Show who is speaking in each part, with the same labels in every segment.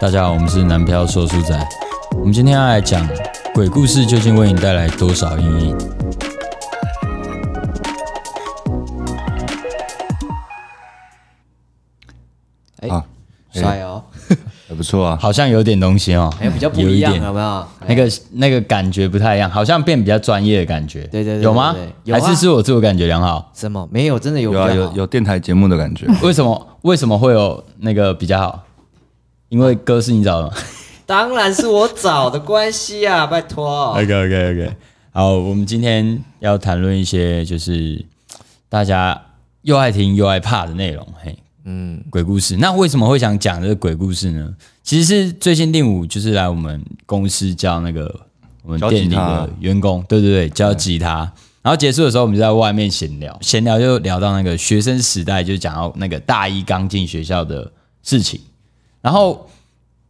Speaker 1: 大家好，我们是南漂说书仔。我们今天要来讲鬼故事究竟为你带来多少阴影？
Speaker 2: 哎、
Speaker 3: 啊，
Speaker 2: 帅哦，
Speaker 3: 还不错啊。
Speaker 1: 好像有点东西哦，
Speaker 2: 哎、比较不
Speaker 1: 有
Speaker 2: 一
Speaker 1: 一
Speaker 2: 样，
Speaker 1: 点
Speaker 2: 有
Speaker 1: 那
Speaker 2: 哎没有？
Speaker 1: 个那个感觉不太一样，好像变比较专业的感觉。
Speaker 2: 对对对
Speaker 1: 有吗
Speaker 2: 对对？有啊
Speaker 1: 还是是我自我感觉良好？
Speaker 2: 什么没有？真的有比
Speaker 3: 有
Speaker 2: 较
Speaker 3: 啊，
Speaker 2: 好
Speaker 3: 有有电台节目的感 觉。
Speaker 1: 为什么为什么会有那个比较好？因为歌是你找的吗
Speaker 2: 当然是我找的关系啊，拜托。
Speaker 1: ？OK OK OK 。好，我们今天要谈论一些就是大家又爱听又爱怕的内容。嘿，嗯，鬼故事。那为什么会想讲这个鬼故事呢？其实是最近令武就是来我们公司教那个我们
Speaker 3: 教
Speaker 1: 店
Speaker 3: 吉
Speaker 1: 里
Speaker 3: 他
Speaker 1: 的员工，对对对，教吉他。然后结束的时候，我们就在外面闲聊，闲聊就聊到那个学生时代，就讲到那个大一刚进学校的事情。然后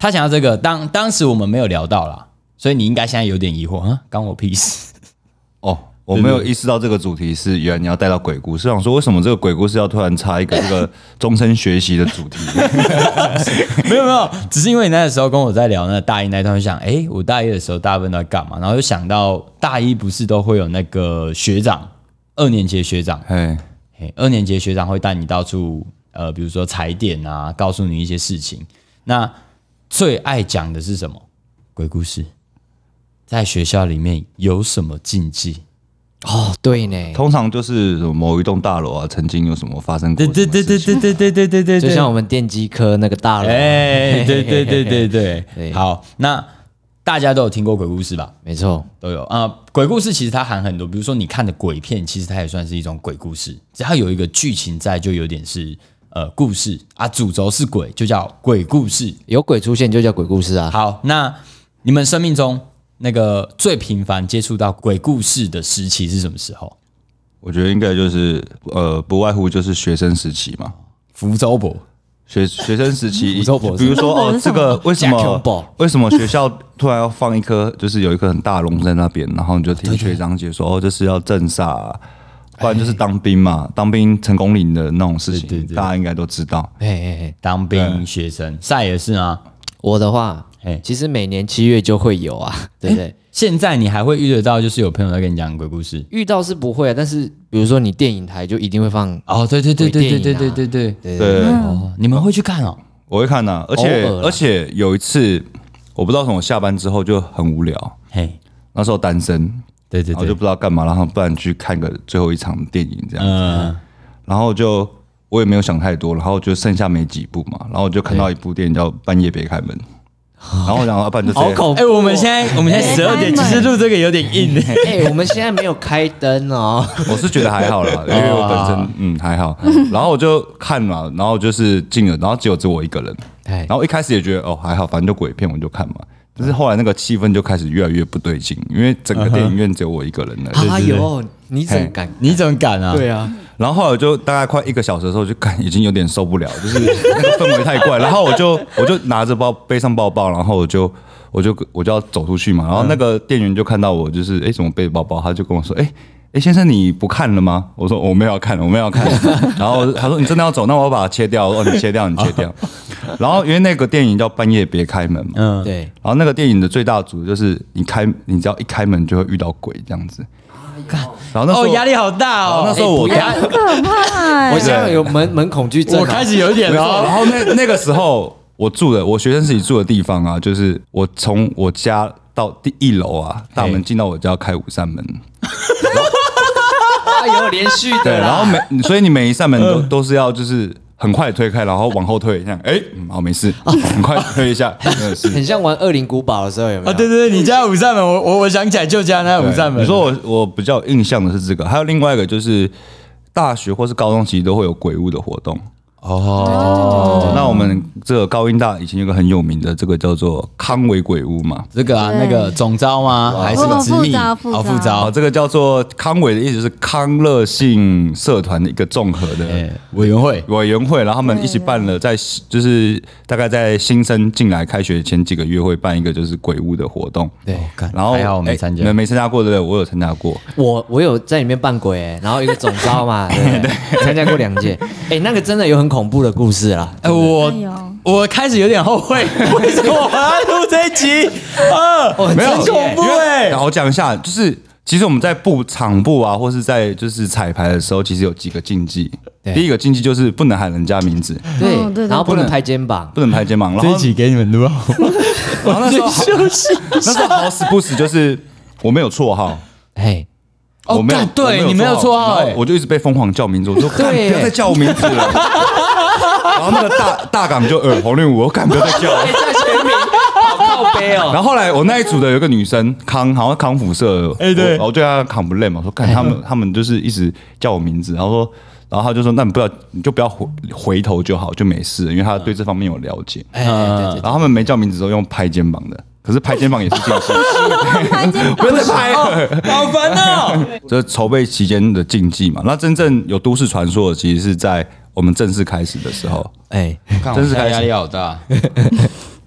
Speaker 1: 他讲到这个，当当时我们没有聊到啦，所以你应该现在有点疑惑啊，关我屁事。
Speaker 3: 哦，我没有意识到这个主题是原来你要带到鬼故事，想说为什么这个鬼故事要突然插一个这个终身学习的主 题？
Speaker 1: 没有没有，只是因为你那时候跟我在聊那大一那一段，我想，哎，我大一的时候大部分都在干嘛？然后就想到大一不是都会有那个学长，二年级的学长，
Speaker 3: 嘿，
Speaker 1: 嘿二年级的学长会带你到处，呃，比如说踩点啊，告诉你一些事情。那最爱讲的是什么？鬼故事。在学校里面有什么禁忌？
Speaker 2: 哦，对呢，
Speaker 3: 通常就是什么某一栋大楼啊，曾经有什么发生过
Speaker 1: 对
Speaker 3: 什么
Speaker 1: 对
Speaker 3: 事情？
Speaker 1: 对对对对对对对对，
Speaker 2: 就像我们电机科那个大佬，
Speaker 1: 哎，对对对对对，
Speaker 2: 对
Speaker 1: 好，那大家都有听过鬼故事吧？
Speaker 2: 没错，
Speaker 1: 都有啊、呃鬼故事其实它含很多，比如说你看的鬼片，其实它也算是一种鬼故事，只要有一个剧情在，就有点是呃故事啊，主轴是鬼，就叫鬼故事。
Speaker 2: 有鬼出现就叫鬼故事啊。
Speaker 1: 好，那你们生命中那个最频繁接触到鬼故事的时期是什么时候？
Speaker 3: 我觉得应该就是呃，不外乎就是学生时期嘛。
Speaker 1: 福州博，
Speaker 3: 学学生时期
Speaker 2: 宇宙博士
Speaker 3: 比如说哦，这个为什
Speaker 2: 假 Q 爆
Speaker 3: 么为什么学校突然要放一颗，就是有一颗很大的龙在那边，然后你就听学长姐说哦，这是要镇煞啊，
Speaker 2: 哎
Speaker 3: 不然就是当兵嘛，当兵成功岭的那种事
Speaker 1: 对对
Speaker 3: 情，
Speaker 1: 对
Speaker 3: 大家应该都知道。
Speaker 2: 哎哎哎，
Speaker 1: 当兵学生赛也是啊。
Speaker 2: 我的话
Speaker 1: 哎，
Speaker 2: 其实每年七月就会有啊，对不对？
Speaker 1: 现在你还会遇得到，就是有朋友在跟你讲鬼故事
Speaker 2: 遇到是不会啊，但是比如说你电影台就一定会放，
Speaker 1: 哦，对对对对对对对对对
Speaker 2: 对
Speaker 3: 对，
Speaker 1: 哦，你们会去看哦？
Speaker 3: 我会看呐、而且
Speaker 2: 偶尔啊啦
Speaker 3: 而且有一次，我不知道从我下班之后就很无聊，
Speaker 1: 嘿，
Speaker 3: 那时候单身，
Speaker 1: 对对
Speaker 3: 然后就
Speaker 1: 对
Speaker 3: 不，知道干嘛，然后不然去看个最后一场电影这样子，
Speaker 1: 嗯，
Speaker 3: 然后就我也没有想太多，然后就剩下没几部嘛，然后我就看到一部电影叫《半夜别开门》，然后然后不然就直接
Speaker 2: 好恐怖。
Speaker 1: 哎，我们现在我们现在十二点，其实录这个有点硬，
Speaker 2: 哎，我们现在没有开灯哦。
Speaker 3: 我是觉得还好啦，因为我本身嗯还好，然后我就看嘛，然后就是进了，然后只有只有我一个人，
Speaker 2: 哎
Speaker 3: 然，后一开始也觉得哦还好，反正就鬼片我就看嘛。但是后来那个气氛就开始越来越不对劲，因为整个电影院只有我一个人了。
Speaker 2: 啊有，你怎么敢？
Speaker 1: 你怎么敢啊？
Speaker 2: 对啊，
Speaker 3: 然后后来我就大概快一个小时的时候，就感已经有点受不了，就是 那个氛围太怪。然后我就我就拿着包背上包包，然后我就我就我就要走出去嘛。然后那个店员就看到我，就是哎怎么背包包，他就跟我说哎。哎，先生，你不看了吗？我说我没有要看了，我没有要看 了。然后他说你真的要走，那我要把它切掉。我说你切掉，你切掉。 然后因为那个电影叫《半夜别开门》嘛，
Speaker 1: 嗯，
Speaker 2: 对，
Speaker 3: 然后那个电影的最大的主旨就是你开，你只要一开门就会遇到鬼这样子。然后那时候
Speaker 1: 哦，压力好大哦。
Speaker 3: 那时候我
Speaker 1: 哎不要
Speaker 4: 可怕、
Speaker 2: 我
Speaker 4: 欸！
Speaker 2: 现在有门门恐惧症啊，
Speaker 1: 我开始有一点
Speaker 3: 没错
Speaker 1: 哦。
Speaker 3: 然后那那个时候我住的，我学生自己住的地方啊，就是我从我家到第一楼啊，大门进到我家要开五扇门，
Speaker 2: 啊有连续
Speaker 3: 对，
Speaker 2: 的啦，
Speaker 3: 然后每所以你每一扇门都、都是要就是很快推开，然后往后退，这样，哎，嗯好没事，很快推一下，没有事。
Speaker 2: 很像玩《恶灵古堡》的时候有没有？
Speaker 1: 啊，对对对，你家有五扇门，我我我想起来旧家那有五扇门。
Speaker 3: 你说我我比较有印象的是这个，还有另外一个就是大学或是高中其实都会有鬼屋的活动。哦，那我们这个高音大以前有个很有名的这个叫做康维鬼屋嘛，
Speaker 1: 这个啊，那个总招吗？还是
Speaker 4: 哦
Speaker 1: 执秘？
Speaker 4: 副招副
Speaker 1: 哦，副
Speaker 4: 招
Speaker 3: 哦，
Speaker 1: 招。
Speaker 3: 这个叫做康伟的意思是康乐性社团的一个综合的
Speaker 1: 哎，委员会
Speaker 3: 委员会，然后他们一起办了在就是大概在新生进来开学前几个月会办一个就是鬼屋的活动。
Speaker 2: 对
Speaker 1: 哦干
Speaker 3: 然后
Speaker 1: 还好我没参加
Speaker 3: 哎你。们没参加过对不对？我有参加过，
Speaker 2: 我我有在里面扮鬼、欸，然后一个总 招嘛，对不对，参加过两届，哎、那个真的有很恐怖的故事啦。
Speaker 1: 哎，我
Speaker 4: 哎呦
Speaker 1: 我开始有点后悔，为什么我要录这一集啊？
Speaker 3: 没有
Speaker 1: 很恐怖
Speaker 3: 因为
Speaker 1: 哎、
Speaker 3: 然后讲一下，就是其实我们在布场布啊，或是在就是彩排的时候，其实有几个禁忌。第一个禁忌就是不能喊人家名字，
Speaker 2: 对
Speaker 4: 哦对对
Speaker 2: 然后不
Speaker 3: 不
Speaker 2: 能
Speaker 3: 能
Speaker 2: 拍肩膀，
Speaker 3: 不能拍肩膀。然
Speaker 1: 这一
Speaker 3: 后
Speaker 1: 集给你们录好，
Speaker 3: 然后那时候好
Speaker 1: 休息。
Speaker 3: 那时候好死不死就是我没有绰号。
Speaker 2: 哎，
Speaker 1: 哦
Speaker 3: 我没有
Speaker 1: 干，对
Speaker 3: 我
Speaker 1: 你没有绰号
Speaker 3: 然后
Speaker 1: 哎
Speaker 3: 我就一直被疯狂叫名字，我说干
Speaker 2: 对
Speaker 3: 不要再叫我名字 了。然后那个大大港就呃黄令武，我干不要再叫了。
Speaker 2: 叫全名，好靠背哦。
Speaker 3: 然后后来我那一组的有个女生康，好像康复社，
Speaker 1: 哎对哎
Speaker 3: 我我对她康不累嘛，我说看他们他们就是一直叫我名字，然后说，然后她就说那你不要你就不要回回头就好，就没事了，因为她对这方面有了解。
Speaker 2: 哎，对对
Speaker 3: 然后他们没叫名字之后用拍肩膀的，可是拍肩膀也是禁忌，
Speaker 4: 拍肩 膀
Speaker 3: 不要再拍了。
Speaker 1: 好烦 哦！
Speaker 3: 这筹备期间的禁忌嘛，那真正有都市传说的，其实是在我们正式开始的时候。
Speaker 2: 哎，
Speaker 3: 真是开心
Speaker 1: 压力好大。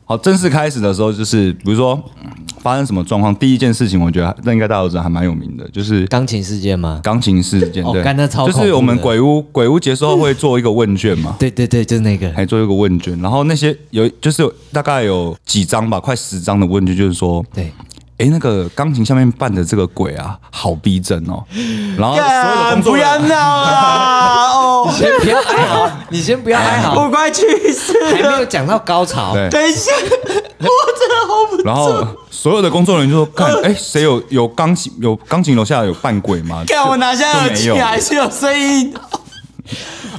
Speaker 3: 好，正式开始的时候，就是比如说、嗯发生什么状况，第一件事情，我觉得那应该大家都知道，还蛮有名的，就是
Speaker 2: 钢琴事件吗？
Speaker 3: 钢琴事件。
Speaker 2: 哦
Speaker 3: 对，
Speaker 2: 干那超
Speaker 3: 就是我
Speaker 2: 恐怖
Speaker 3: 们
Speaker 2: 的
Speaker 3: 鬼屋鬼屋结束后会做一个问卷嘛，
Speaker 2: 对对对，就是那个。
Speaker 3: 还做一个问卷，然后那些有就是有大概有几张吧，快十张的问卷，就是说，
Speaker 2: 对，
Speaker 3: 哎，那个钢琴下面扮的这个鬼啊，好逼真哦。然后所有的工作
Speaker 1: 不
Speaker 3: 人
Speaker 1: 要
Speaker 3: 员
Speaker 1: 闹啦！哦，
Speaker 2: 先不要哀嚎，你先不要哀嚎，
Speaker 1: 我快去死！
Speaker 2: 还没有讲到高潮。
Speaker 3: 对
Speaker 1: 等一下， 我真的 hold 不住。呃
Speaker 3: 然后所有的工作人员就说：“看，哎，谁有有钢琴有钢琴楼下有扮鬼吗？”
Speaker 1: 看我拿下耳
Speaker 3: 就没
Speaker 1: 机
Speaker 3: 有
Speaker 1: 还是有声音。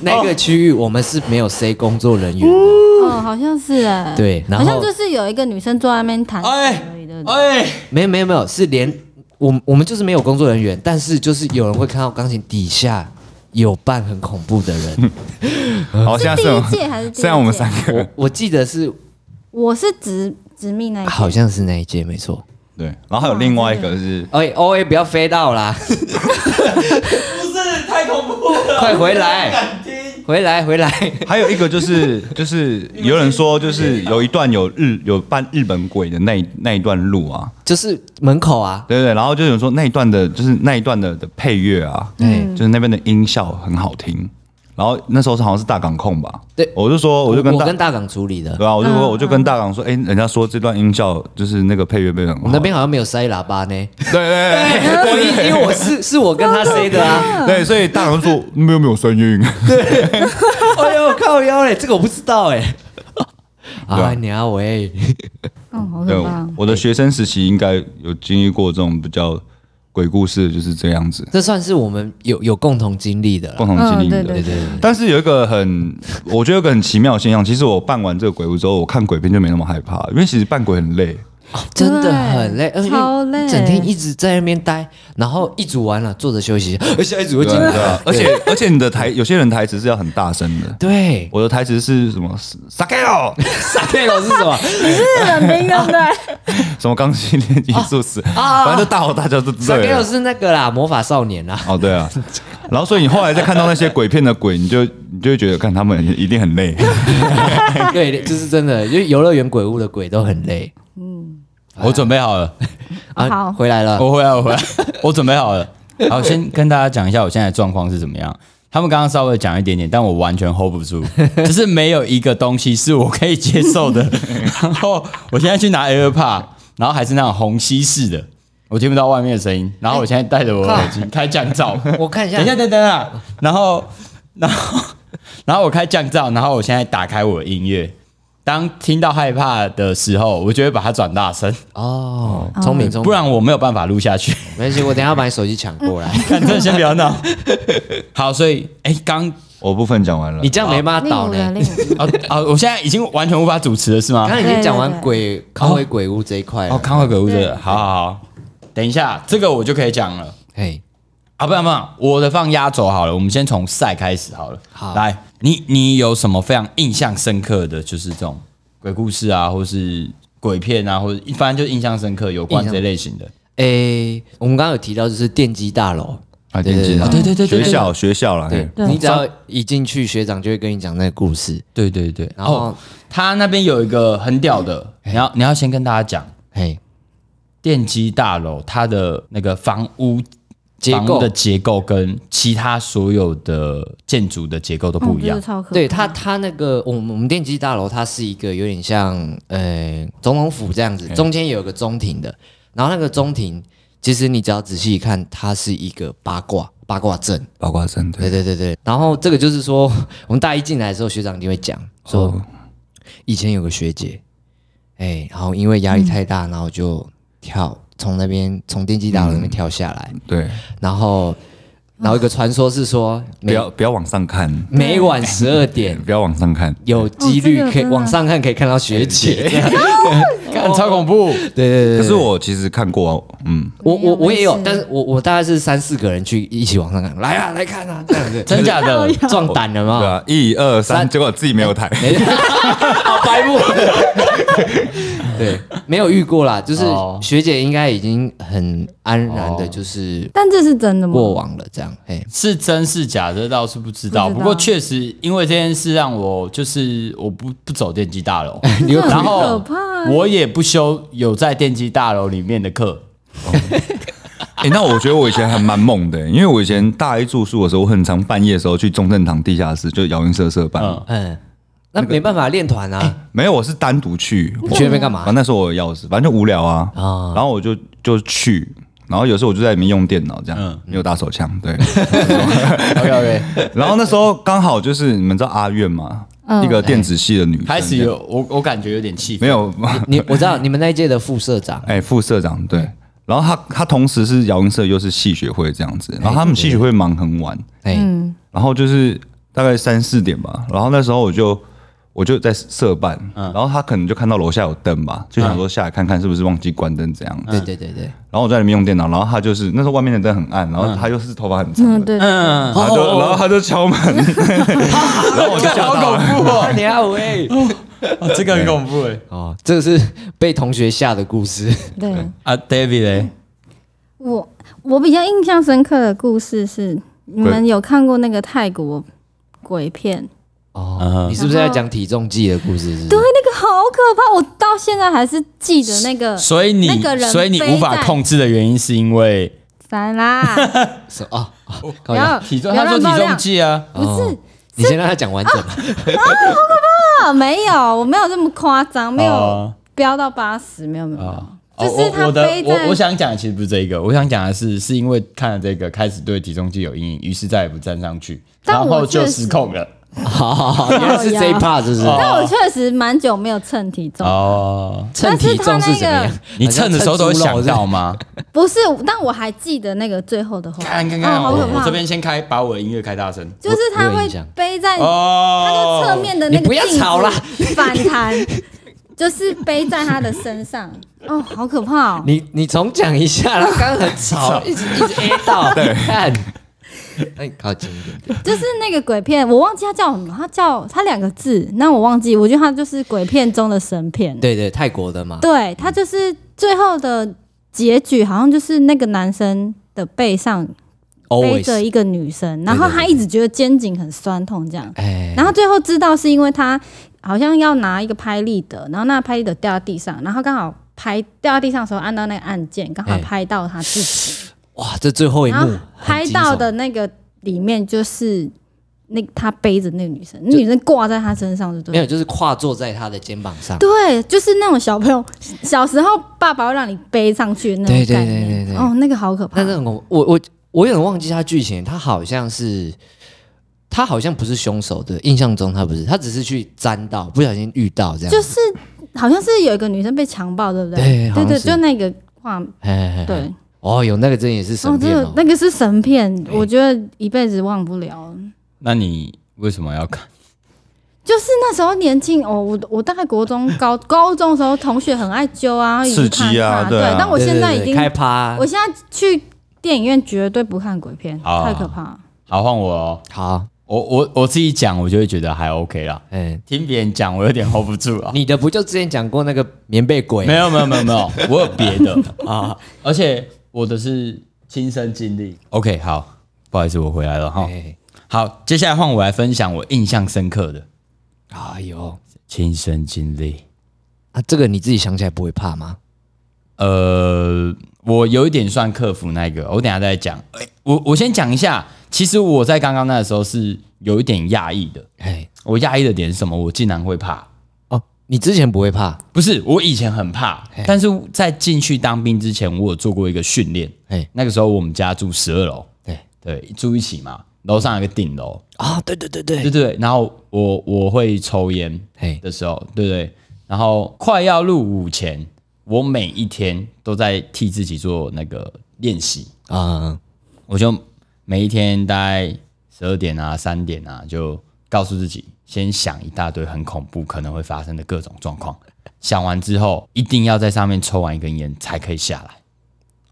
Speaker 2: 那个区域我们是没有 C 工作人员的，
Speaker 4: 哦，好像是哎，
Speaker 2: 对然
Speaker 4: 好
Speaker 2: 后
Speaker 4: 像就是有一个女生坐在那边弹琴
Speaker 1: 哎
Speaker 4: 而已，对不对？
Speaker 1: 哎，
Speaker 2: 没有没有没有，是连我们我们就是没有工作人员，但是就是有人会看到钢琴底下有扮很恐怖的人。
Speaker 3: 好，现在
Speaker 4: 第
Speaker 3: 剩
Speaker 4: 一届还是第
Speaker 3: 现在我们
Speaker 4: 二届
Speaker 3: 三个，
Speaker 2: 我记得是
Speaker 4: 我是直直命那一
Speaker 2: 好
Speaker 4: 届，
Speaker 2: 像是那一届没错。
Speaker 3: 对，然后还有另外一个是
Speaker 2: 哎，O A 不要飞到啦，
Speaker 1: 不是太恐怖了，
Speaker 2: 快回来，
Speaker 1: 敢听？
Speaker 2: 回来回来。
Speaker 3: 还有一个就是 就是有人说就是有一段有日有扮日本鬼的那一那一段路啊，
Speaker 2: 就是门口啊，
Speaker 3: 对对对，然后就有人说那一段的就是那一段的的配乐啊，
Speaker 2: 对
Speaker 1: 嗯
Speaker 3: 就是那边的音效很好听。然后那时候是好像是大港控吧，
Speaker 2: 对
Speaker 3: 我就说我就跟
Speaker 2: 我
Speaker 3: 大
Speaker 2: 跟大港处理的，
Speaker 3: 对啊，我
Speaker 4: 嗯
Speaker 3: 就说我就跟大港说，哎，人家说这段音效就是那个配乐被很好，
Speaker 2: 我们那边好像没有塞喇叭呢。
Speaker 3: 对对对
Speaker 2: 我因因为我是是我跟他塞的啊。
Speaker 4: 嗯
Speaker 3: 对对，所以大港 说没有没有声音，
Speaker 2: 哎呦靠腰嘞，这个我不知道哎。啊
Speaker 3: 对啊
Speaker 2: 娘喂，
Speaker 4: 嗯， 好
Speaker 3: 对
Speaker 4: 可怕，。
Speaker 3: 我的学生时期应该有经历过这种比较鬼故事，就是这样子，
Speaker 2: 这算是我们有有共同经历的
Speaker 3: 共
Speaker 2: 了。
Speaker 3: 同经历的。
Speaker 4: 嗯对对
Speaker 2: 对对
Speaker 3: 但是有一个很，我觉得有一个很奇妙的现象，其实我扮完这个鬼屋之后，我看鬼片就没那么害怕，因为其实扮鬼很累。
Speaker 2: 哦真的很累，
Speaker 4: 对
Speaker 2: 而且
Speaker 4: 超累
Speaker 2: 整天一直在那边待，然后一组完了坐着休 息，而下一组又进
Speaker 3: 啊
Speaker 2: 来
Speaker 3: 啊，而且而且你的台有些人台词是要很大声的，
Speaker 2: 对，
Speaker 3: 我的台词是什么？撒开喽，
Speaker 2: 傻贝老是什 么？
Speaker 4: 日本兵对 不对？
Speaker 3: 什么钢琴练习术士，反正就大吼大叫就
Speaker 2: 傻
Speaker 3: 对
Speaker 2: 贝老
Speaker 3: 了。
Speaker 2: 是那个啦，魔法少年啦。
Speaker 3: 哦，对啊，然后所以你后来再看到那些鬼片的鬼，你就你就会觉得，看他们一定 很累。
Speaker 2: 对，就是真的，因为游乐园鬼屋的鬼都很累啊
Speaker 1: 我准备好了，
Speaker 4: 好
Speaker 2: 回 来了，
Speaker 1: 我回来，我回来，啊我准备好了。好，先跟大家讲一下我现在的状况是怎么样。他们刚刚稍微讲一点点，但我完全 hold 不住，就是没有一个东西是我可以接受的。然后我现在去拿 AirPod，然后还是那种虹吸式的，我听不到外面的声音。然后我现在戴着我的耳机开降噪，
Speaker 2: 我看一下
Speaker 1: 等一下，等等啊，然后，然后，然后我开降噪，然后我现在打开我的音乐。当听到害怕的时候，我就会把它转大声，
Speaker 2: 哦，聪明聪明，
Speaker 1: 不然我没有办法录下去。
Speaker 2: 没关系，我等一下把你手机抢过来，
Speaker 1: 看，这先不要闹。好，所以哎，刚
Speaker 3: 我部分讲完了
Speaker 2: 你，这样没办法
Speaker 4: 令
Speaker 2: 倒
Speaker 4: 我的
Speaker 2: 呢。
Speaker 4: 令我的
Speaker 1: 啊啊，我现在已经完全无法主持了，是吗
Speaker 2: 刚？刚已经讲
Speaker 4: 对
Speaker 2: 完
Speaker 4: 对对
Speaker 2: 鬼康威鬼屋这一块
Speaker 1: 哦，
Speaker 2: 了，
Speaker 1: 康和鬼屋这
Speaker 4: 对
Speaker 1: 个，好好好，等一下，这个我就可以讲了
Speaker 2: 嘿，
Speaker 1: 啊，不然不然，我的放压轴好了，我们先从赛开始好了。
Speaker 2: 好
Speaker 1: 来，你你有什么非常印象深刻的，就是这种鬼故事啊，或是鬼片啊，或者一般就印象深刻有关
Speaker 2: 印象
Speaker 1: 这类型的，
Speaker 2: 诶，我们刚刚有提到就是电机大楼，
Speaker 3: 啊，电击
Speaker 2: 对
Speaker 3: 啊，
Speaker 1: 对对对对
Speaker 3: 学校学校啦，
Speaker 2: 对
Speaker 3: 嘿
Speaker 4: 对
Speaker 2: 嗯你只要一进去，学长就会跟你讲那个故事，
Speaker 1: 对对对。
Speaker 2: 然后
Speaker 1: 哦他那边有一个很屌的，你要你要先跟大家讲。
Speaker 2: 嘿，
Speaker 1: 电机大楼它的那个房屋
Speaker 2: 结
Speaker 1: 房屋
Speaker 2: 构
Speaker 1: 的结构跟其他所有的建筑的结构都 不一样
Speaker 4: 嗯真的。超可怕
Speaker 2: 对它，它那个我们我们电机大楼，它是一个有点像呃总统府这样子，中间有一个中庭的，然后那个中庭，其实你只要仔细一看，它是一个八卦八卦阵，
Speaker 3: 八卦阵
Speaker 2: 对
Speaker 3: 对，
Speaker 2: 对对对。然后这个就是说， 我们大一进来的时候，学长一定会讲说，
Speaker 3: 哦
Speaker 2: 以前有个学姐，哎、然后因为压力太大，然后就跳从那边从电机大楼那边跳下来，
Speaker 3: 对，
Speaker 2: 然后然后一个传说是说
Speaker 3: 不
Speaker 2: 每
Speaker 3: 要不要往上看，
Speaker 2: 每晚十二点。
Speaker 3: 不要往上 看，
Speaker 2: 有几率
Speaker 4: 哦这个
Speaker 2: 可以
Speaker 4: 真的
Speaker 2: 往上看，可以看到学姐。
Speaker 1: 哦 看超恐怖，
Speaker 2: 对对对，
Speaker 3: 可是我其实看过啊，嗯，
Speaker 2: 我我我也
Speaker 4: 没
Speaker 2: 有
Speaker 4: 事，
Speaker 2: 但是我我大概是三四个人去一起往上看，来啊来看啊，这样子
Speaker 1: 真假 的？
Speaker 2: 撞胆了
Speaker 3: 对
Speaker 2: 嘛？
Speaker 3: 啊，一二三，
Speaker 2: 三
Speaker 3: 结果自己没有抬，
Speaker 2: 没好白目。 对，没有遇过啦，就是
Speaker 1: 啊哦
Speaker 2: 学姐应该已经很安然的，就是
Speaker 4: 但这是真的吗？
Speaker 2: 过往了，这样。哎，
Speaker 1: 是真是假，这倒是不知道。
Speaker 4: 不知道
Speaker 1: 不过确实，因为这件事让我就是我不不走电机 大楼，
Speaker 4: 这很
Speaker 1: 然
Speaker 4: 可
Speaker 1: 后
Speaker 4: 怕欸
Speaker 1: 我也不修有在电机大楼里面的 课。
Speaker 3: 哎、那我觉得我以前还蛮猛的、因为我以前大一住宿的时候，我很常半夜的时候去中正堂地下室，就摇音社社办。
Speaker 1: 嗯
Speaker 2: 嗯，那没办法练团啊，
Speaker 3: 没有，我是单独去。
Speaker 2: 你去那边干
Speaker 3: 然
Speaker 2: 嘛
Speaker 3: 后？那时候我有钥匙，反正就无聊啊。
Speaker 1: 哎哦
Speaker 2: 啊
Speaker 3: 然后我就就去，然后有时候我就在里面用电脑这样，
Speaker 1: 嗯
Speaker 3: 没有打手枪。对。
Speaker 1: OK OK，
Speaker 3: 然后那时候刚好就是你们知道阿苑吗？
Speaker 2: 嗯
Speaker 3: 一个电子系的女生
Speaker 1: 哎开始有我我感觉有点气
Speaker 3: 没
Speaker 1: 氛，
Speaker 3: 有？
Speaker 2: 你我知道你们那一届的副社长，
Speaker 3: 哎、副社长对。然后他他同时是摇音社又是系学会这样
Speaker 1: 哎
Speaker 3: 子，然后他们系学会忙很晚，
Speaker 2: 哎，
Speaker 3: 然后就是大概三四点吧，然后那时候我就我就在社办，
Speaker 1: 嗯
Speaker 3: 然后他可能就看到楼下有灯吧，就想说下来看看是不是忘记关灯怎样。
Speaker 1: 嗯
Speaker 2: 对对对对，
Speaker 3: 然后我在里面用电脑，然后他就是那时候外面的灯很暗，然后他又是头发很长
Speaker 4: 嗯
Speaker 3: 的，
Speaker 4: 对，
Speaker 1: 嗯，
Speaker 3: 然后就然后他就敲门，然后我就吓
Speaker 1: 好
Speaker 3: 到
Speaker 1: 恐
Speaker 3: 了。
Speaker 1: 怖 哦，
Speaker 2: 你好喂。
Speaker 1: 哦这个很恐怖哎。
Speaker 2: 哦，这个是被同学吓的故事。
Speaker 4: 对
Speaker 1: 啊，David 嘞，
Speaker 4: 我我比较印象深刻的故事是，你们有看过那个泰国鬼片？
Speaker 1: 嗯
Speaker 2: 哦， 你是不是在讲体重计的故事？
Speaker 4: 对，，那个好可怕，我到现在还是记得那个。
Speaker 1: 所以你
Speaker 4: 那个人
Speaker 1: 所以你无
Speaker 4: 飞
Speaker 1: 法
Speaker 4: 在
Speaker 1: 控制的原因是因为
Speaker 4: 烦啦，
Speaker 2: 是哦，哦靠
Speaker 4: 不
Speaker 2: 腰
Speaker 4: 要
Speaker 1: 体重，
Speaker 4: 不要
Speaker 1: 他说
Speaker 4: 乱爆
Speaker 1: 体重
Speaker 4: 料，
Speaker 1: 计啊，
Speaker 4: 不是
Speaker 2: 你先让他讲完整 吧。
Speaker 4: 啊，没有，我没有这么夸张，没有
Speaker 2: 啊
Speaker 1: 哦
Speaker 4: 飙到八十，没有没有没有。
Speaker 1: 哦
Speaker 4: 就是
Speaker 1: 我
Speaker 4: 他
Speaker 1: 我的
Speaker 4: 背在
Speaker 1: 我我想讲的其实不是这一个，我想讲的是是因为看了这个开始对体重计有阴影，于是再也不站上去，
Speaker 4: 但
Speaker 1: 然后
Speaker 4: 我
Speaker 1: 就
Speaker 4: 确实
Speaker 1: 失控了。
Speaker 2: 好好好，哦原来是这一 part 是不是？
Speaker 4: 但我确实蛮久没有称体
Speaker 2: 啊
Speaker 4: 重，
Speaker 1: 哦，
Speaker 2: 称体重是怎么
Speaker 4: 但是
Speaker 2: 样
Speaker 4: 他？
Speaker 1: 你称的时候都会想到
Speaker 2: 好像称猪肉是不是。
Speaker 1: 吗？
Speaker 4: 不是，但我还记得那个最后的 话，
Speaker 1: 看看看，
Speaker 4: 哦好
Speaker 1: 我
Speaker 4: 可怕
Speaker 1: 我这边先开，把我的音乐开大声。
Speaker 4: 就是他
Speaker 2: 我有
Speaker 4: 会
Speaker 2: 印象
Speaker 4: 背在嗯他
Speaker 1: 哦
Speaker 4: 就侧面的那
Speaker 2: 你
Speaker 4: 个
Speaker 2: 不要
Speaker 4: 镜子
Speaker 2: 吵啦
Speaker 4: 反弹， 就是背在他的身上，哦，好可怕哦！
Speaker 2: 你你重讲一下啦，刚刚很 吵，一直一直 A 到，看，哎，靠近一点点。
Speaker 4: 就是那个鬼片，我忘记他叫什么，他叫他两个字，那我忘记，我觉得他就是鬼片中的神片。
Speaker 2: 对对，泰国的嘛，
Speaker 4: 对他就是最后的结局，好像就是那个男生的背上背着
Speaker 2: always，
Speaker 4: 一个女生，然后
Speaker 2: 对对对
Speaker 4: 他一直觉得肩颈很酸痛这样，
Speaker 2: 哎，
Speaker 4: 然后最后知道是因为他好像要拿一个拍立得，然后那个拍立得掉到地上，然后刚好拍掉到地上的时候按到那个按键，刚好
Speaker 2: 哎
Speaker 4: 拍到他自己，
Speaker 2: 哇，这最后一
Speaker 4: 然后
Speaker 2: 幕
Speaker 4: 拍到的那个里面就是那他背着那个女生，那女生挂在他身上就
Speaker 2: 很惊悚没
Speaker 4: 对
Speaker 2: 有，
Speaker 4: 了。
Speaker 2: 就是跨坐在他的肩膀上。
Speaker 4: 对，就是那种小朋友小时候，爸爸会让你背上去的那
Speaker 2: 对对
Speaker 4: 种概
Speaker 2: 对
Speaker 4: 念。
Speaker 2: 对对
Speaker 4: 哦，那个好可怕
Speaker 2: 但。是很恐怖我我我有点忘记他剧情，他好像是他好像不是凶手对，印象中他不是，他只是去沾到，不小心遇到这样。
Speaker 4: 就是好像是有一个女生被强暴，对不
Speaker 2: 对
Speaker 4: 对
Speaker 2: 好像
Speaker 4: 对，
Speaker 2: 是
Speaker 4: 就那个画，
Speaker 2: 嘿嘿嘿
Speaker 4: 对，
Speaker 2: 哦，有那个真也是神
Speaker 4: 哦，这
Speaker 2: 片
Speaker 4: 个
Speaker 2: 哦。哎
Speaker 4: 那个是神片，我觉得一辈子忘不了。
Speaker 1: 那你为什么要看？
Speaker 4: 就是那时候年轻哦，我我大概国中高 高中的时候，同学很爱揪啊，
Speaker 3: 刺激啊
Speaker 4: 一直看
Speaker 3: 对啊
Speaker 4: 但我
Speaker 2: 对
Speaker 4: 现
Speaker 2: 对
Speaker 4: 在
Speaker 2: 对
Speaker 4: 已经，
Speaker 2: 开趴
Speaker 4: 我，现在去电影院绝对不看鬼片，
Speaker 1: 啊
Speaker 4: 太可怕了。
Speaker 1: 好，换我哦。
Speaker 2: 好，
Speaker 1: 我我我自己讲，我就会觉得还 OK 啦。
Speaker 2: 嗯，
Speaker 1: 听别人讲，我有点 hold 不住啊。
Speaker 2: 你的不就之前讲过那个棉被鬼？
Speaker 1: 没有没有没有没有，我有别的啊，而且我的是亲身经历。OK，好，不好意思，我回来了哈。
Speaker 2: 哎，
Speaker 1: 好，接下来换我来分享我印象深刻的
Speaker 2: 哎呦，
Speaker 1: 亲身经历。
Speaker 2: 啊，这个你自己想起来不会怕吗？
Speaker 1: 呃，我有一点算克服那个，我等一下再讲。哎我我先讲一下，其实我在刚刚那个时候是有一点讶异的。
Speaker 2: 哎，
Speaker 1: 我讶异的点是什么？我竟然会怕，
Speaker 2: 哦，你之前不会怕？
Speaker 1: 不是我以前很怕，但是在进去当兵之前，我有做过一个训练。
Speaker 2: 哎，
Speaker 1: 那个时候我们家住十二楼，
Speaker 2: 对
Speaker 1: 对，住一起嘛，楼上有个顶楼，
Speaker 2: 啊，对对对对，
Speaker 1: 对对对。然后我我会抽烟
Speaker 2: 哎，
Speaker 1: 的时候，对对。然后快要入伍前，我每一天都在替自己做那个练习，
Speaker 2: 啊，
Speaker 1: 我就每一天大概十二点啊、三点啊，就告诉自己先想一大堆很恐怖可能会发生的各种状况，想完之后一定要在上面抽完一根烟才可以下来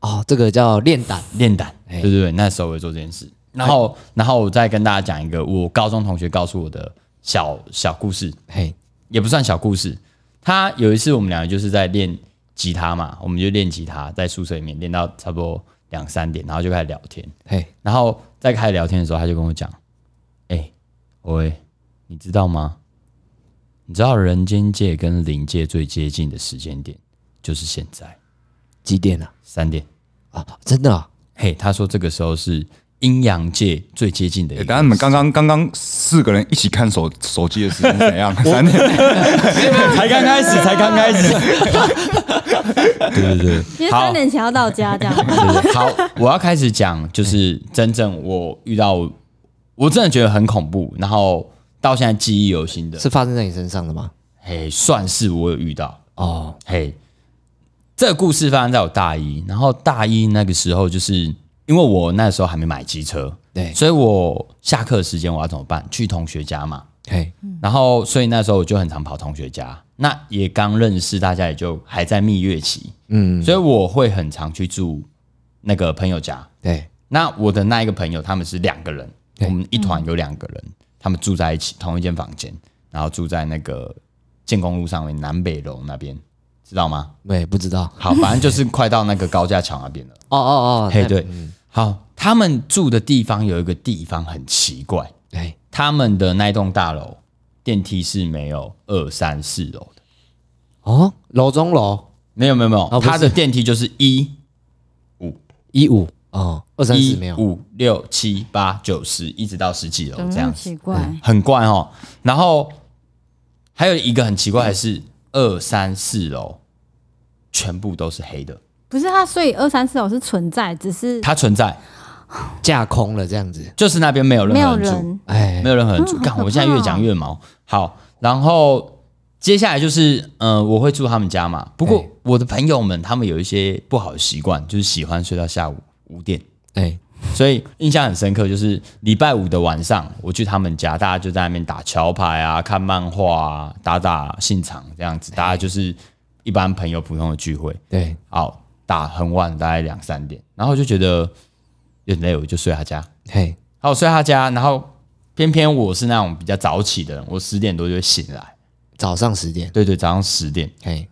Speaker 2: 哦，这个叫练胆
Speaker 1: 练胆，
Speaker 2: 哎
Speaker 1: 对对对，那时候我会做这件事。然后，然后我再跟大家讲一个我高中同学告诉我的小小故事，
Speaker 2: 嘿，
Speaker 1: 也不算小故事。他有一次我们两个就是在练吉他嘛，我们就练吉他，在宿舍里面练到差不多两三点，然后就开始聊天。
Speaker 2: 嘿，
Speaker 1: 然后在开始聊天的时候，他就跟我讲：“哎、喂，你知道吗？你知道人间界跟灵界最接近的时间点就是现在
Speaker 2: 几点了？
Speaker 1: 三点。
Speaker 2: 啊，真的啊，
Speaker 1: 嘿，他说这个时候是阴阳界最接近的一
Speaker 3: 欸
Speaker 1: 个。
Speaker 3: 等下你们刚刚刚刚四个人一起看手手机的时间是怎样？三点，
Speaker 1: 才刚开始，才刚开始。对对对，
Speaker 4: 因为三年前要到家这样。
Speaker 1: 对好，我要开始讲，就是真正我遇到，我真的觉得很恐怖，然后到现在记忆犹新的，
Speaker 2: 是发生在你身上的吗？
Speaker 1: 嘿，算是我有遇到。
Speaker 2: 哦，
Speaker 1: 嘿，这个故事发生在我大一，然后大一那个时候，就是因为我那时候还没买机车，
Speaker 2: 对，
Speaker 1: 所以我下课时间我要怎么办？去同学家嘛。
Speaker 2: 嘿，
Speaker 1: 然后，所以那时候我就很常跑同学家，那也刚认识，大家也就还在蜜月期，
Speaker 2: 嗯，
Speaker 1: 所以我会很常去住那个朋友家。
Speaker 2: 对，
Speaker 1: 那我的那一个朋友他们是两个人，
Speaker 2: 对嗯
Speaker 1: 我们一团有两个人，他们住在一起同一间房间，然后住在那个建工路上面南北楼那边，知道 吗？
Speaker 2: 没不知道，
Speaker 1: 好，反正就是快到那个高架桥那边了。
Speaker 2: 哦哦哦，
Speaker 1: 嘿，
Speaker 2: 那
Speaker 1: 对，好，他们住的地方有一个地方很奇怪，
Speaker 2: 哎，
Speaker 1: 他们的那栋大楼电梯是没有二三四楼的，
Speaker 2: 哦，楼中楼
Speaker 1: 没有没有没
Speaker 2: 哦不
Speaker 1: 有，
Speaker 2: 是
Speaker 1: 它的电梯就是一
Speaker 2: 一五哦，二三四
Speaker 1: 一
Speaker 2: 没有，
Speaker 1: 五六七八九十，一直到十几楼
Speaker 4: 怎么
Speaker 1: 这
Speaker 4: 那么
Speaker 1: 样
Speaker 4: 奇
Speaker 1: 子，
Speaker 4: 怪？
Speaker 1: 很怪哦。然后还有一个很奇怪的是，二三四楼全部都是黑的，
Speaker 4: 不是它，所以二三四楼是存在，只是
Speaker 1: 它存在
Speaker 2: 架空了这样子，
Speaker 1: 就是那边没有任
Speaker 4: 没有
Speaker 1: 何人住。
Speaker 4: 人。
Speaker 2: 哎
Speaker 1: 没，有任何人住。
Speaker 4: 嗯
Speaker 1: 干、
Speaker 4: 好可
Speaker 1: 我现在
Speaker 4: 怕
Speaker 1: 越讲越毛。好，然后接下来就是，嗯、我会住他们家嘛。不过
Speaker 2: 哎
Speaker 1: 我的朋友们他们有一些不好的习惯，就是喜欢睡到下午五点，
Speaker 2: 哎，
Speaker 1: 所以印象很深刻。就是礼拜五的晚上，我去他们家，大家就在那边打桥牌啊、看漫画啊、打打信场这样子，大家就是一般朋友普通的聚会。
Speaker 2: 对，
Speaker 1: 好，打很晚，大概两三点，然后就觉得有点累，我就睡他家。
Speaker 2: 嘿，
Speaker 1: 好，我睡他家，然后偏偏我是那种比较早起的人，我十点多就会醒来，
Speaker 2: 早上十点，
Speaker 1: 对对，早上十点
Speaker 2: 嘿，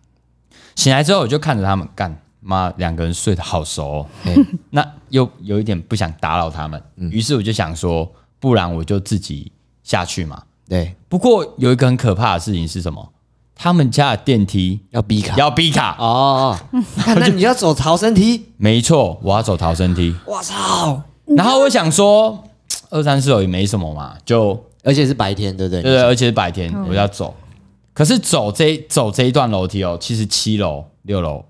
Speaker 1: 醒来之后，我就看着他们干。妈，两个人睡得好熟、哦，
Speaker 2: 嘿，
Speaker 1: 那又有一点不想打扰他们，于是我就想说，不然我就自己下去嘛。
Speaker 2: 对，
Speaker 1: 不过有一个很可怕的事情是什么？他们家的电梯
Speaker 2: 要逼卡，
Speaker 1: 要 B 卡，
Speaker 2: 哦，哦 看那你要走逃生梯，
Speaker 1: 没错，我要走逃生梯。
Speaker 2: 我操！
Speaker 1: 然后我想说，二三四楼也没什么嘛，就
Speaker 2: 而且是白天，对不对？
Speaker 1: 对对，而且是白天，我要走。可是走这走这一段楼梯哦，其实七楼、六楼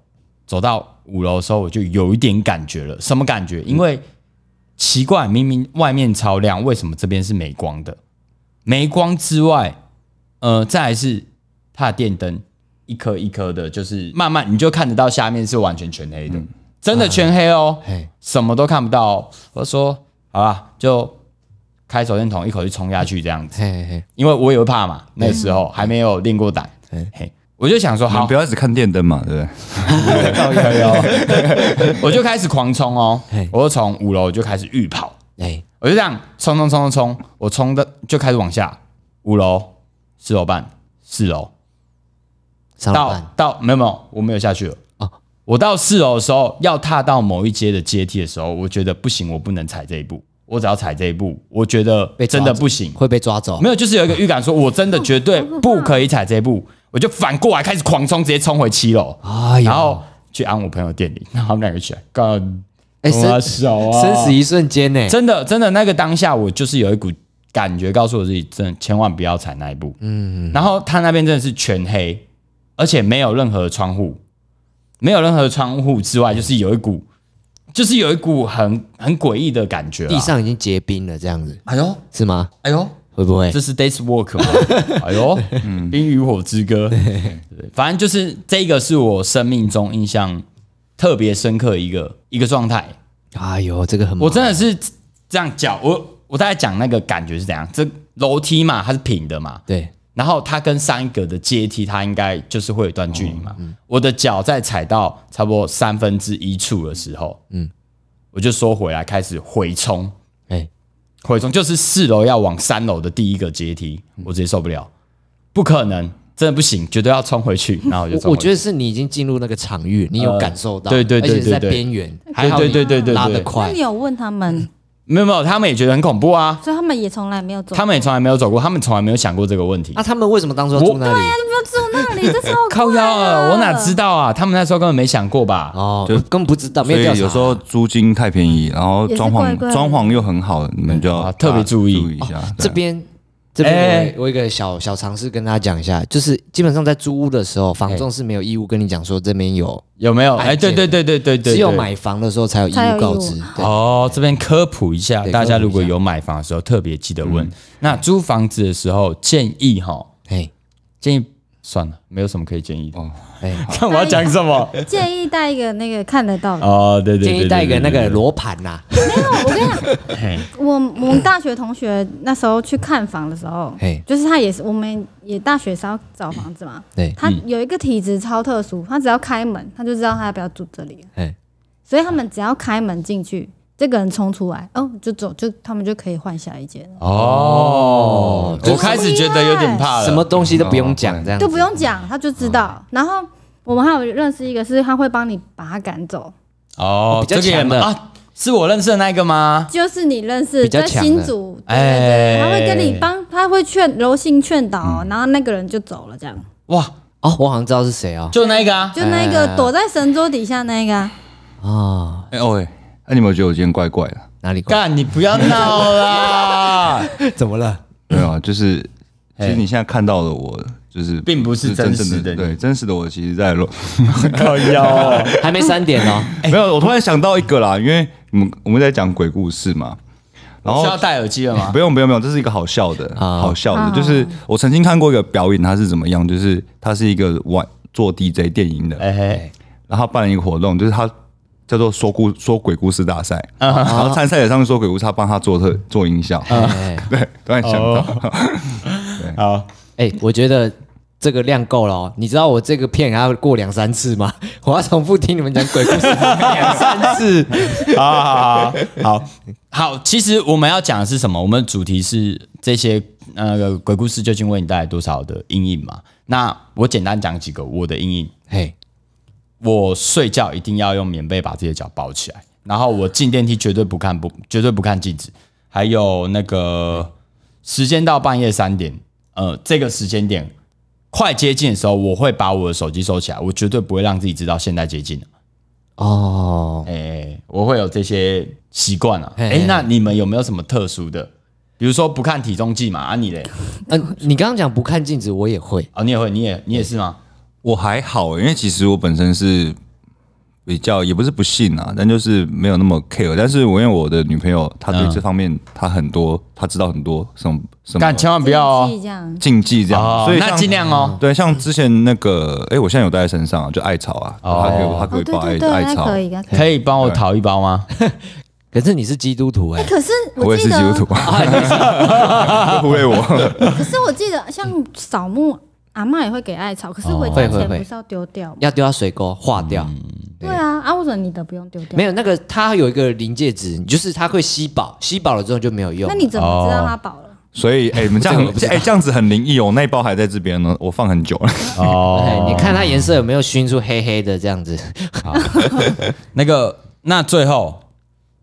Speaker 1: 走到五楼的时候，我就有一点感觉了。什么感觉？因为奇怪，明明外面超亮，为什么这边是没光的？没光之外，呃，再来是它的电灯一颗一颗的，就是慢慢你就看得到下面是完全全黑的，真的全黑哦。
Speaker 2: 嘿，
Speaker 1: 什么都看不到、哦。我就说好啦，就开手电筒一口气冲下去这样子，
Speaker 2: 嘿嘿嘿，
Speaker 1: 因为我有怕嘛，那个时候还没有练过胆，
Speaker 2: 嗯
Speaker 1: 嘿，我就想说
Speaker 3: 你们
Speaker 1: 好
Speaker 3: 不，要一直看电灯嘛，对不对？
Speaker 1: 我就开始狂冲哦
Speaker 2: 嘿，
Speaker 1: 我就从五楼就开始预跑，
Speaker 2: 哎，
Speaker 1: 我就这样冲冲冲冲冲，我冲的就开始往下，五楼、四楼半、四楼
Speaker 2: 上
Speaker 1: 到
Speaker 2: 班
Speaker 1: 到没有没有，我没有下去了。
Speaker 2: 哦
Speaker 1: 我到四楼的时候，要踏到某一阶的阶梯的时候，我觉得不行，我不能踩这一步。我只要踩这一步，我觉得
Speaker 2: 被抓
Speaker 1: 真的
Speaker 2: 走
Speaker 1: 不行，
Speaker 2: 会被抓走，
Speaker 1: 没有，就是有一个预感，说我真的绝对不可以踩这一步，我就反过来开始狂冲，直接冲回七楼，
Speaker 2: 哎呦
Speaker 1: 然后去安我朋友店里，然后他们两个起来干，
Speaker 2: 哎生
Speaker 1: 我手啊，
Speaker 2: 生死一瞬间呢、
Speaker 1: 真的啊真的那个当下，我就是有一股感觉告诉我自己，真的千万不要踩那一步。嗯，然后他那边真的是全黑，而且没有任何窗户，没有任何窗户之外，就是有一股，就是有一股很很诡异的感觉、啊。
Speaker 2: 地，上已经结冰了，这样子
Speaker 1: 哎呦
Speaker 2: 是吗？
Speaker 1: 哎呦，
Speaker 2: 会不会？
Speaker 1: 这是 Days Walk 吗？哎 呦，冰与火之歌，对，反正就是这个是我生命中印象特别深刻一个一个状态。
Speaker 2: 哎呦，这个很
Speaker 1: 我真的是这样讲，我我大概讲那个感觉是怎样。这楼梯嘛，它是平的嘛，
Speaker 2: 对，
Speaker 1: 然后它跟上一格的阶梯，它应该就是会有一段距离嘛。我的脚在踩到差不多三分之一处的时候，嗯，我就缩回来，开始回冲，
Speaker 2: 哎、
Speaker 1: 回冲就是四楼要往三楼的第一个阶梯，
Speaker 2: 嗯
Speaker 1: 我直接受不了，不可能，真的不行，绝对要冲回去。然后我就
Speaker 2: 嗯我我觉
Speaker 1: 得
Speaker 2: 得是你已经进入那个场域，你有感受
Speaker 1: 呃
Speaker 2: 到，
Speaker 1: 对对对
Speaker 2: 而且是在
Speaker 1: 对对
Speaker 2: 边缘，还
Speaker 1: 对
Speaker 2: 好
Speaker 1: 对
Speaker 2: 你
Speaker 1: 对对对
Speaker 2: 拉得
Speaker 1: 对
Speaker 4: 那
Speaker 2: 快
Speaker 4: 你，有问他
Speaker 1: 嗯
Speaker 4: 们，
Speaker 1: 没有没有，他们也觉得很恐怖啊，
Speaker 4: 所以他们也从来没有走。
Speaker 1: 他们也从来没有走过，他们从来没有想过这个问题
Speaker 2: 那、。他们为什么当初要住那里？
Speaker 4: 不要住那 里，这超
Speaker 1: 靠腰啊！
Speaker 4: 怪的
Speaker 1: 我哪知？道啊？他们那时候根本没想过吧？
Speaker 2: 哦，
Speaker 3: 就
Speaker 2: 根本不知道，没
Speaker 3: 所以
Speaker 2: 有调查。
Speaker 3: 有时候租金太便宜，然后
Speaker 4: 也是
Speaker 3: 装
Speaker 4: 怪
Speaker 3: 潢
Speaker 4: 怪的
Speaker 3: 装潢又很好，你们就要
Speaker 1: 啊特别注意哦
Speaker 3: 注意一下。对啊
Speaker 2: 这边这边我有
Speaker 1: 哎
Speaker 2: 一、我有一个小小尝试跟大家讲一下，就是基本上在租屋的时候，
Speaker 1: 哎
Speaker 2: 房仲是没有义务跟你讲说这边有，
Speaker 1: 有没有？哎，
Speaker 2: 按键
Speaker 1: 对对对对对对，
Speaker 2: 只有
Speaker 1: 对
Speaker 2: 买房的时候才有义
Speaker 4: 才有
Speaker 2: 务告
Speaker 4: 义务
Speaker 2: 知。对
Speaker 1: 哦。这边科普一下，
Speaker 2: 对
Speaker 1: 大家如
Speaker 2: 科
Speaker 1: 果
Speaker 2: 普一下嗯
Speaker 1: 有买房的时候，特别记得问。那租房子的时候，建议哈，
Speaker 2: 哎
Speaker 1: 建议算了，没有什么可以建议的。
Speaker 3: 哦，
Speaker 2: 哎，
Speaker 1: 看 我要讲什 么？
Speaker 4: 建议带一个那个看得到的。
Speaker 1: 哦，对对对，
Speaker 2: 建
Speaker 1: 对
Speaker 2: 议带一个那个，
Speaker 1: 对对
Speaker 2: 罗盘呐，
Speaker 1: 对嘿
Speaker 4: 我我们大学同学那时候去看房的时候
Speaker 2: 嘿，
Speaker 4: 就是他也是我们也大学是要找房子嘛，
Speaker 1: 嗯
Speaker 2: 对，
Speaker 4: 他有一个体质超特殊，他只要开门他就知道他要不要住这里了，
Speaker 2: 哎
Speaker 4: 所以他们只要开门进去，这个人冲出来，哦，就走，就他们就可以换下一间了，
Speaker 1: 哦，我开始觉得有点怕了。
Speaker 2: 什么？东西都不用讲，这样嗯
Speaker 4: 都不用讲，他就知道。然后我们还有认识一个是他会帮你把他赶走，
Speaker 1: 哦，
Speaker 2: 比较
Speaker 1: 这个也
Speaker 2: 强的
Speaker 1: 啊，是我认识的那个吗？
Speaker 4: 就是你认识
Speaker 2: 比较
Speaker 4: 在
Speaker 2: 强
Speaker 4: 新
Speaker 2: 的
Speaker 4: 组，对对
Speaker 1: 哎
Speaker 4: 对，他会跟你帮，他会劝柔性劝导，
Speaker 2: 嗯
Speaker 4: 然后那个人就走了，这样
Speaker 1: 哇，
Speaker 2: 哦，我好像知道是谁哦，
Speaker 1: 就那个啊，
Speaker 4: 就那
Speaker 2: 哎
Speaker 4: 个躲在神桌底下那个啊，
Speaker 2: 啊，
Speaker 3: 哎哦喂，那你有没有觉得我今天怪怪的？
Speaker 2: 哪里怪？
Speaker 1: 干，你不要闹啦！
Speaker 2: 怎么了？
Speaker 3: 没有啊，就是其
Speaker 1: 嗯嘿
Speaker 3: 实你现在看到的我，就是
Speaker 1: 并不是
Speaker 3: 是真
Speaker 1: 真实
Speaker 3: 正
Speaker 1: 的你
Speaker 3: 对，真实的我其实在录。
Speaker 1: 靠腰哦。
Speaker 2: 还没三点哦，
Speaker 1: 哎
Speaker 3: 没有，我突然想到一个啦，因为我们我们在讲鬼故事嘛，然后
Speaker 1: 需要戴耳机了吗
Speaker 3: 不？用不用不用，这是一个好笑的，
Speaker 2: 啊
Speaker 3: 好笑
Speaker 4: 啊
Speaker 3: 的，就是我曾经看过一个表演，它是怎么样，就是它是一个玩做 DJ 电音的，
Speaker 1: 哎嘿，
Speaker 3: 然后他办了一个活动，就是他叫做说故说鬼故事大赛，
Speaker 1: 啊
Speaker 3: 然后参赛者上面说鬼故事，他帮他做特做音效，
Speaker 2: 哎
Speaker 3: 对，突然想到，
Speaker 1: 哦好，
Speaker 2: 哎，我觉得。这个量够了哦，你知道我这个片还要过两三次吗？ 我要重复听你们讲鬼故 事两三次。
Speaker 1: 好好好好好，其实我们要讲的是什么？我们主题是这些那个鬼故事究竟为你带来多少的阴影嘛？那我简单讲几个我的阴影。
Speaker 2: 嘿，
Speaker 1: 我睡觉一定要用棉被把自己的脚包起来，然后我进电梯绝对不看不绝对不看镜子，还有那个时间到半夜三点，呃，这个时间点快接近的时候，我会把我的手机收起来，我绝对不会让自己知道现在接近了。
Speaker 2: 哦，
Speaker 1: 哎、我会有这些习惯啊。
Speaker 2: 嘿
Speaker 1: 哎、那你们有没有什么特殊的？比如说不看体重计嘛？啊，你嘞？
Speaker 2: 嗯、你刚刚讲不看镜子，我也会。
Speaker 1: 啊，你也会，你也你也是吗？
Speaker 3: 我还好，因为其实我本身是比较也不是不信啊，但就是没有那么 care。但是我因为我的女朋友，她对
Speaker 1: 嗯
Speaker 3: 这方面她很多，她知道很多什么什么
Speaker 1: 但千万不要哦。
Speaker 4: 禁忌这样，
Speaker 3: 禁忌这样，
Speaker 1: 哦
Speaker 3: 所以
Speaker 1: 那
Speaker 3: 像
Speaker 1: 尽量哦。
Speaker 3: 对，像之前那个，哎、我现在有带在身上、啊，就艾草啊，
Speaker 1: 哦
Speaker 3: 她给我她给我
Speaker 4: 哦
Speaker 3: 一
Speaker 4: 对
Speaker 3: 包艾
Speaker 4: 对对，
Speaker 3: 艾
Speaker 4: 那
Speaker 3: 草，
Speaker 4: 可以，那可以。
Speaker 1: 可以帮我讨一包吗？
Speaker 2: 可是你是基督徒哎、
Speaker 4: 可是
Speaker 3: 我
Speaker 4: 我
Speaker 3: 也
Speaker 4: 记
Speaker 3: 是基
Speaker 4: 得，
Speaker 3: 督徒，啊 忽略我。
Speaker 4: 可是我记得像扫墓，阿嬷也会给艾草，可是回
Speaker 2: 哦会
Speaker 4: 家
Speaker 2: 会
Speaker 4: 前
Speaker 2: 会
Speaker 4: 不是要丢掉吗？
Speaker 2: 要丢到水沟化掉。
Speaker 1: 嗯
Speaker 4: 对啊，啊，为什么你的不用丢掉？
Speaker 2: 没有那个，它有一个临界值，就是它会吸饱，吸饱了之后就没有哦用
Speaker 4: 那。你怎么知道它饱了？
Speaker 3: 所以，哎、你们这样
Speaker 2: 这个我不知道
Speaker 3: 很，哎、这样子很灵异哦。那一包还在这边呢，我放很久了。
Speaker 2: 哎
Speaker 1: 哦，
Speaker 2: 你看它颜色有没有熏出黑黑的这样子？
Speaker 1: 那个，那最后，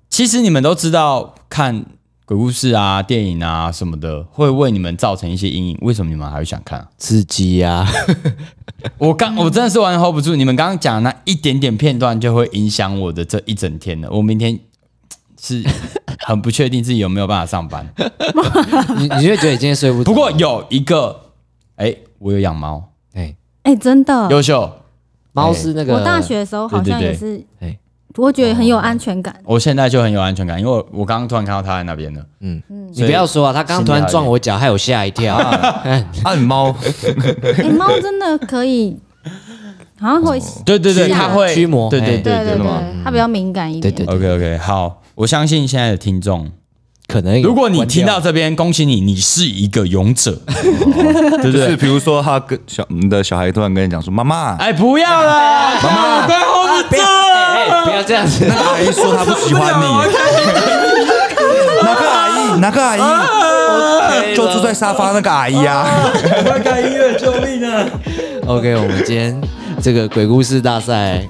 Speaker 1: 其实你们都知道看鬼故事啊、电影啊什么的，会为你们造成一些阴影。为什么你们还会想看啊、
Speaker 2: 刺激呀、
Speaker 1: 我刚
Speaker 2: 嗯
Speaker 1: 我真的是完全 hold 不住，你们刚刚讲的那一点点片段就会影响我的这一整天了。我明天是很不确定自己有没有办法上 班。
Speaker 2: 你你就会觉得今天睡不着。
Speaker 1: 不过有一个，哎、我有养猫，
Speaker 2: 哎，
Speaker 4: 哎、真的，
Speaker 1: 优秀。
Speaker 2: 猫是那个
Speaker 4: 我大学的时候好
Speaker 1: 对
Speaker 4: 像
Speaker 1: 对
Speaker 4: 也
Speaker 1: 对哦
Speaker 4: 是，
Speaker 2: 哎
Speaker 4: 我会觉得很有安全感。
Speaker 1: 我现在就很有安全感，因为我我刚刚突然看到它在那边了。
Speaker 2: 你不要说啊，他刚刚突然撞我脚，害我吓一跳。
Speaker 1: 啊
Speaker 3: 按猫，
Speaker 4: 哎、猫真的可以，好像会，
Speaker 1: 对对对，
Speaker 4: 驱魔
Speaker 1: 它会
Speaker 2: 驱魔
Speaker 1: 对对
Speaker 2: 哎
Speaker 1: 对
Speaker 4: 对
Speaker 1: 对
Speaker 4: 对
Speaker 1: 对。
Speaker 4: 对，它比较敏感一
Speaker 2: 对
Speaker 4: 点。
Speaker 2: 对
Speaker 1: OK
Speaker 2: 对，
Speaker 1: OK，好，我相信现在的听众，
Speaker 2: 可能有
Speaker 1: 如果你
Speaker 2: 关掉
Speaker 1: 听到这边，恭喜你，你是一个勇 者，对不
Speaker 3: 就
Speaker 1: 对
Speaker 3: 是？比如说他跟小你的小孩突然跟你讲说妈妈，
Speaker 1: 哎，不要 啦，我快 hold 不住
Speaker 2: 哎
Speaker 1: 啊
Speaker 2: 哎，不要这样子，
Speaker 3: 那个阿姨说她不喜欢你， 哪个阿姨？哪个阿
Speaker 2: 哎
Speaker 3: 姨？就住在沙发那个阿姨啊，
Speaker 1: 我快看音乐，救命啊！
Speaker 2: OK，我们今天这个鬼故事大赛，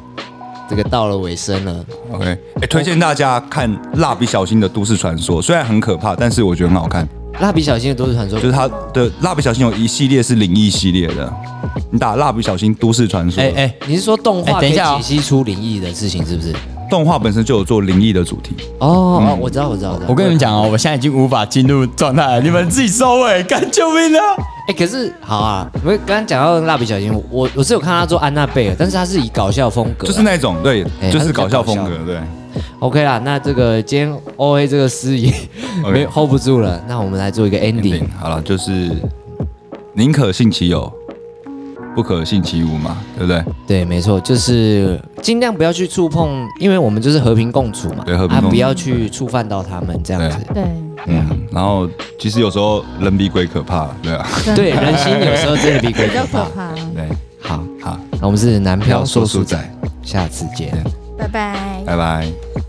Speaker 2: 这个到了尾声了。
Speaker 3: OK，哎、推荐大家看《蜡笔小新的都市传说》，虽然很可怕，但是我觉得很好看。
Speaker 2: 蜡笔小新的都市传说，
Speaker 3: 就是它的《蜡笔小新》有一系列是灵异系列的，你打《蜡笔小新都市传说》
Speaker 1: 哎哎，
Speaker 2: 你是说动画
Speaker 1: 哎
Speaker 2: 可
Speaker 1: 等
Speaker 2: 以
Speaker 1: 一下哦
Speaker 2: 解析出灵异的事情，是不是？
Speaker 3: 动画本身就有做灵异的主题。
Speaker 2: 哦，哦我知道，我知道，我知道。
Speaker 1: 嗯我跟你们讲哦，我现在已经无法进入状态了，你们自己收尾，干救命啊！
Speaker 2: 哎，可是好啊，我们刚刚讲到蜡笔小新，我我是有看他做安娜贝尔，但是他是以搞笑风格啊，
Speaker 3: 就是那种对
Speaker 2: 哎，
Speaker 3: 就
Speaker 2: 它是
Speaker 3: 是
Speaker 2: 比较
Speaker 3: 搞笑风
Speaker 2: 搞
Speaker 3: 格，对。
Speaker 2: OK 啦。那这个今天 O A 这个司仪
Speaker 3: OK
Speaker 2: 没有 hold 不住了，那我们来做一个 ending
Speaker 3: 顶。好了，就是宁可信其有，不可信其无嘛，对不对？
Speaker 2: 对，没错，就是尽量不要去触碰，因为我们就是和平共处嘛，
Speaker 3: 对和平
Speaker 2: 啊
Speaker 3: 共
Speaker 2: 不
Speaker 3: 处
Speaker 2: 要去触犯到他们这样子。
Speaker 4: 对
Speaker 3: 嗯。然后其实有时候人比鬼可怕，对啊，
Speaker 2: 对，人心有时候真的比鬼
Speaker 4: 比较
Speaker 2: 可
Speaker 4: 可
Speaker 2: 怕。
Speaker 4: 怕。
Speaker 3: 对。
Speaker 2: 好，
Speaker 3: 好，
Speaker 2: 那我们是南漂
Speaker 3: 要
Speaker 2: 说
Speaker 3: 说
Speaker 2: 书
Speaker 3: 书
Speaker 2: 仔
Speaker 3: 仔，
Speaker 2: 下次见。
Speaker 4: 拜拜。
Speaker 3: 拜拜。